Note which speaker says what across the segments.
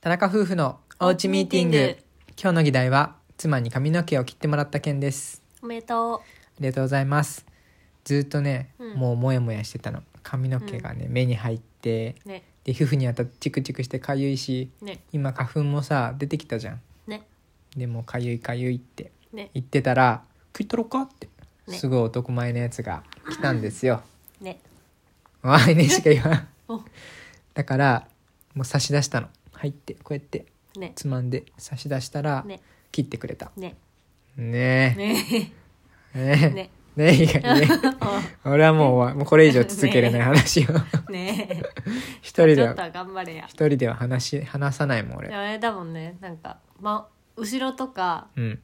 Speaker 1: 田中夫婦のおうちミーティング今日の議題は妻に髪の毛を切ってもらった件です
Speaker 2: おめでと
Speaker 1: ありがとうございますずっとね、
Speaker 2: うん
Speaker 1: もうモヤモヤしてたの髪の毛がね、目に入って
Speaker 2: うね
Speaker 1: で皮膚に当たってチクチクしてかゆいし
Speaker 2: ね
Speaker 1: 今花粉もさ出てきたじゃん
Speaker 2: ね
Speaker 1: でもかゆいかゆいって
Speaker 2: ね
Speaker 1: 言ってたら「食い取ろうか?」って
Speaker 2: ね
Speaker 1: すごい男前のやつが来たんですよ。
Speaker 2: ね
Speaker 1: わあいねしか言わ ん
Speaker 2: お
Speaker 1: だからもう差し出したの入ってこうやって
Speaker 2: ね
Speaker 1: つまんで差し出したら
Speaker 2: ね
Speaker 1: 切ってくれた
Speaker 2: ね
Speaker 1: ねえ
Speaker 2: ね
Speaker 1: ねえね
Speaker 2: ね
Speaker 1: え以外ね俺はもう 終わもうこれ以上続けれない話を
Speaker 2: ね
Speaker 1: 一
Speaker 2: ちょ
Speaker 1: 人で
Speaker 2: っと
Speaker 1: は
Speaker 2: は頑張れや
Speaker 1: 一人では話し話さないもん
Speaker 2: で
Speaker 1: 俺
Speaker 2: もあれだもんねなんか、ま、後ろとか
Speaker 1: うん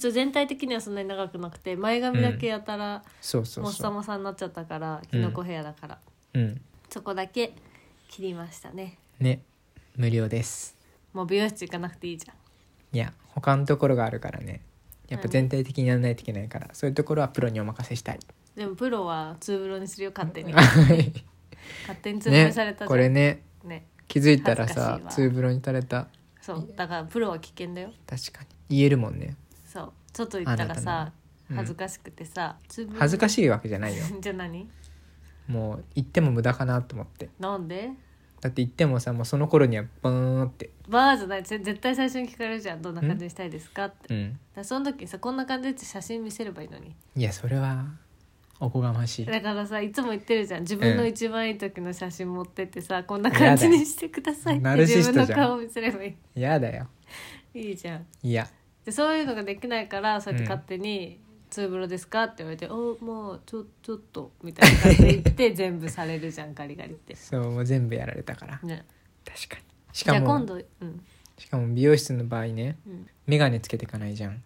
Speaker 2: ちょ全体的にはそんなに長くなくて前髪だけやたら
Speaker 1: そうそう
Speaker 2: もっ
Speaker 1: そ
Speaker 2: さ
Speaker 1: う
Speaker 2: もさになっちゃったからキノコヘアだから、
Speaker 1: うん
Speaker 2: そこだけ切りましたね
Speaker 1: ね無料です
Speaker 2: もう美容室行かなくていいじゃん
Speaker 1: いや他のところがあるからねやっぱ全体的にやらないといけないから、そういうところはプロにお任せ したい
Speaker 2: でもプロはツーブロにするよ勝手に勝
Speaker 1: はい
Speaker 2: 手にツーブロ
Speaker 1: ね
Speaker 2: にされたじゃん
Speaker 1: これね
Speaker 2: ね
Speaker 1: 気づいたらさ
Speaker 2: 恥ずかしい
Speaker 1: ツ
Speaker 2: わ
Speaker 1: ーブロにされた
Speaker 2: そうだからプロは危険だよ
Speaker 1: 確かに言えるもんね
Speaker 2: そう外行ったら
Speaker 1: あな
Speaker 2: さ
Speaker 1: たのうん
Speaker 2: 恥ずかしくてさ、つぶ
Speaker 1: 恥ずかしいわけじゃないよ
Speaker 2: じゃあ何
Speaker 1: もう行っても無駄かなと思って
Speaker 2: なんで
Speaker 1: だって行ってもさもうその頃にはバーンって
Speaker 2: バーじゃないぜ絶対最初に聞かれるじゃんどんな感じにしたいですかってだか
Speaker 1: うん
Speaker 2: らその時さこんな感じって写真見せればいいのに
Speaker 1: いやそれはおこがましい
Speaker 2: だからさいつも言ってるじゃん自分
Speaker 1: う
Speaker 2: の
Speaker 1: ん
Speaker 2: 一番いい時の写真持ってってさこんな感じにしてくださいって
Speaker 1: ナルシス
Speaker 2: 自分
Speaker 1: トじ
Speaker 2: の
Speaker 1: ゃん
Speaker 2: 顔見せればい
Speaker 1: 嫌だよ
Speaker 2: いいいじゃん
Speaker 1: いや
Speaker 2: でそういうのができないからそうやって
Speaker 1: うん
Speaker 2: 勝手に「ツーブロですか?」って言われて「おもうちょちょっと」みたいな感じで言って全部されるじゃんガリガリって。
Speaker 1: そうもう全部やられたから
Speaker 2: ね、
Speaker 1: 確かにし
Speaker 2: じ
Speaker 1: か
Speaker 2: ゃあ今
Speaker 1: も
Speaker 2: 度うん
Speaker 1: しかも美容室の場合ね
Speaker 2: うん
Speaker 1: 眼鏡つけていかないじゃんこ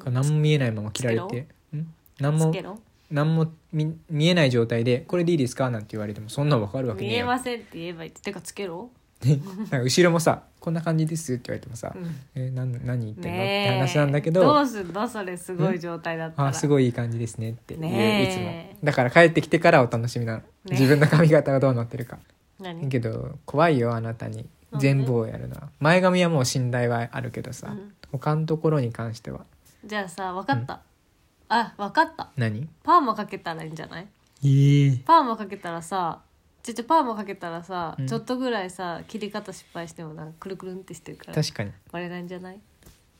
Speaker 2: う
Speaker 1: れ
Speaker 2: ん
Speaker 1: 何も見えないまま切られ
Speaker 2: つけ
Speaker 1: てん何
Speaker 2: つ
Speaker 1: も
Speaker 2: けろ
Speaker 1: 何も見見えない状態で「これでいいですか?」なんて言われてもそんなん分かるわけ
Speaker 2: 見
Speaker 1: ねえ
Speaker 2: え
Speaker 1: よ
Speaker 2: ませんって言えばいいってかつけろ、
Speaker 1: なんか後ろもさ「こんな感じです」って言われてもさ
Speaker 2: う
Speaker 1: 「
Speaker 2: ん、
Speaker 1: えなん何言ってんの?」っ
Speaker 2: ね
Speaker 1: て
Speaker 2: え
Speaker 1: 話なんだけ
Speaker 2: ど
Speaker 1: ど
Speaker 2: うすんのそれすごい状態だっ
Speaker 1: 「
Speaker 2: たら
Speaker 1: あすごいいい感じですね」って言う、
Speaker 2: ねえ
Speaker 1: いつもだから帰ってきてからお楽しみなの、
Speaker 2: え
Speaker 1: 自分の髪型がどうなってるか
Speaker 2: 何
Speaker 1: けど怖いよあなたに全部をやるのは前髪はもう信頼はあるけどさ、
Speaker 2: うん
Speaker 1: 他のところに関しては
Speaker 2: じゃあさ分かった、あ分かった
Speaker 1: 何
Speaker 2: パーマかけたらいいんじゃない
Speaker 1: ええ
Speaker 2: パーマかけたらさちょちょパーマかけたらさ、
Speaker 1: うん
Speaker 2: ちょっとぐらいさ切り方失敗してもなんかくるくるんってしてるから
Speaker 1: 確かに
Speaker 2: バレないんじゃない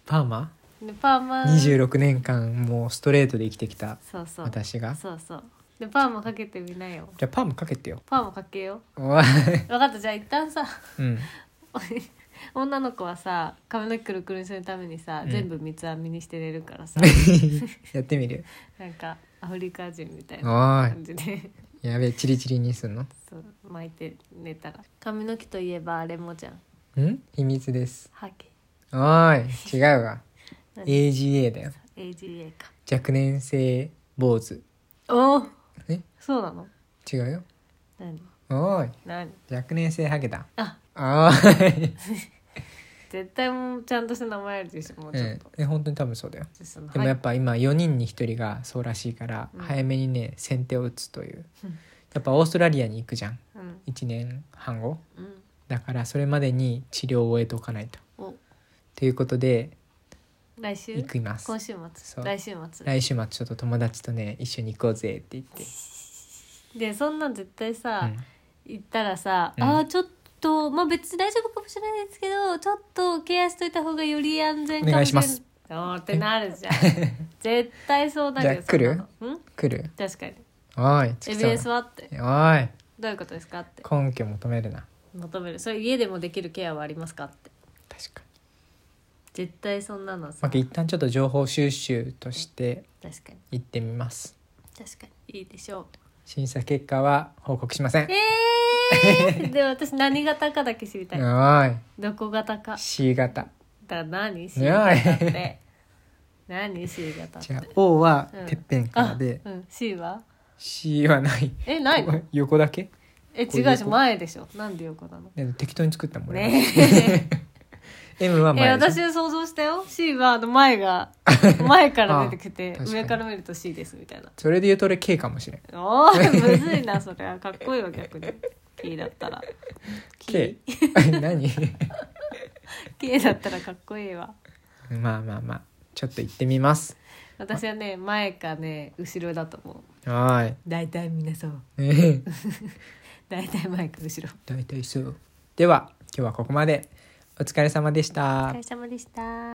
Speaker 1: パーマ
Speaker 2: でパーマ
Speaker 1: 26年間もうストレートで生きてきた
Speaker 2: そうそう
Speaker 1: 私がじ
Speaker 2: そうそうでパーマかけてみなよ
Speaker 1: ゃあパーマかけてよ
Speaker 2: パーマかけよ
Speaker 1: おい
Speaker 2: う分かったじゃあ一旦さ
Speaker 1: うん
Speaker 2: 女の子はさ髪の毛くるくるにするためにさ、
Speaker 1: うん
Speaker 2: 全部三つ編みにして寝るからさ
Speaker 1: やってみる
Speaker 2: なんかアフリカ人みたいな
Speaker 1: おい
Speaker 2: 感じで
Speaker 1: やべえチリチリにすんの
Speaker 2: そう巻いて寝たら髪の毛といえばあれもじゃん
Speaker 1: ん秘密です
Speaker 2: ハケ
Speaker 1: おい違うわ
Speaker 2: 何
Speaker 1: AGA だよ
Speaker 2: AGA か
Speaker 1: 若年性坊主
Speaker 2: おお
Speaker 1: え
Speaker 2: そうなの
Speaker 1: 違うよ
Speaker 2: 何
Speaker 1: おい
Speaker 2: 何
Speaker 1: 若年性ハゲだ
Speaker 2: あ
Speaker 1: おい、
Speaker 2: 絶対もうちゃんとした名前あるでしょもうちょっ
Speaker 1: え
Speaker 2: と、
Speaker 1: え本当に多分そうだよ
Speaker 2: その
Speaker 1: でもやっ
Speaker 2: は
Speaker 1: ぱ今4人に1人がそうらしいから
Speaker 2: うん
Speaker 1: 早めにね先手を打つという
Speaker 2: うん
Speaker 1: やっぱオーストラリアに行くじゃん
Speaker 2: いうん
Speaker 1: 1年半後
Speaker 2: うん
Speaker 1: だからそれまでに治療を終えておかないと
Speaker 2: お
Speaker 1: ということで
Speaker 2: 来週
Speaker 1: 行きます
Speaker 2: 今週
Speaker 1: そ
Speaker 2: 末
Speaker 1: う
Speaker 2: 来週末
Speaker 1: 来週末ちょっと友達とね一緒に行こうぜって言って、
Speaker 2: でそんなん絶対
Speaker 1: う
Speaker 2: さ、
Speaker 1: ん
Speaker 2: 行ったらさ、
Speaker 1: うん
Speaker 2: ああちょっとまあ別に大丈夫かもしれないですけどちょっとケアしといた方がより安全かもしれない
Speaker 1: お願いします
Speaker 2: おーってなるじ ゃん絶対そうだけど
Speaker 1: じゃあ来る
Speaker 2: そんなのうん
Speaker 1: 来る
Speaker 2: 確かに
Speaker 1: おい
Speaker 2: エ
Speaker 1: 月
Speaker 2: ビ
Speaker 1: さん
Speaker 2: デンスはって
Speaker 1: おい
Speaker 2: どういうことですかって
Speaker 1: 根拠求めるな
Speaker 2: 求めるそれ家でもできるケアはありますかって
Speaker 1: 確かに、
Speaker 2: 絶対そんなの
Speaker 1: ま
Speaker 2: さ
Speaker 1: あ、一旦ちょっと情報収集として
Speaker 2: 確かに
Speaker 1: 行ってみます
Speaker 2: 確かにいいでしょう
Speaker 1: 審査結果は報告しません
Speaker 2: え ー、で私何型かだけ知りたい
Speaker 1: おい
Speaker 2: どこ型か
Speaker 1: C 型
Speaker 2: だ何 C 型って何 C 型って
Speaker 1: じゃあ O は
Speaker 2: うん
Speaker 1: てっぺんからで、
Speaker 2: うん、C は
Speaker 1: C はない
Speaker 2: えないの
Speaker 1: 横だけ
Speaker 2: え
Speaker 1: こう
Speaker 2: 違
Speaker 1: いう
Speaker 2: うし
Speaker 1: 横
Speaker 2: 前でしょなんで横なの
Speaker 1: ね適当に作ったもんね
Speaker 2: ねえ
Speaker 1: M は
Speaker 2: え
Speaker 1: 前で
Speaker 2: 私
Speaker 1: しょ
Speaker 2: 想像したよ C はあの 前が前から出てき
Speaker 1: あ
Speaker 2: て
Speaker 1: 確かに
Speaker 2: 上から見ると C ですみたいな
Speaker 1: それで言うと俺 K かもしれん
Speaker 2: おーむずいなそれはかっこいいわ逆に K だったら
Speaker 1: K 何
Speaker 2: K だったらかっこいいわ
Speaker 1: まあまあまあちょっと行ってみます
Speaker 2: 私はね前かね後ろだと思う
Speaker 1: はーい
Speaker 2: 大体みんなそう
Speaker 1: えへ
Speaker 2: 大体前か後ろ
Speaker 1: 大体そうでは今日はここまでお疲れ様でした
Speaker 2: お疲れ様でした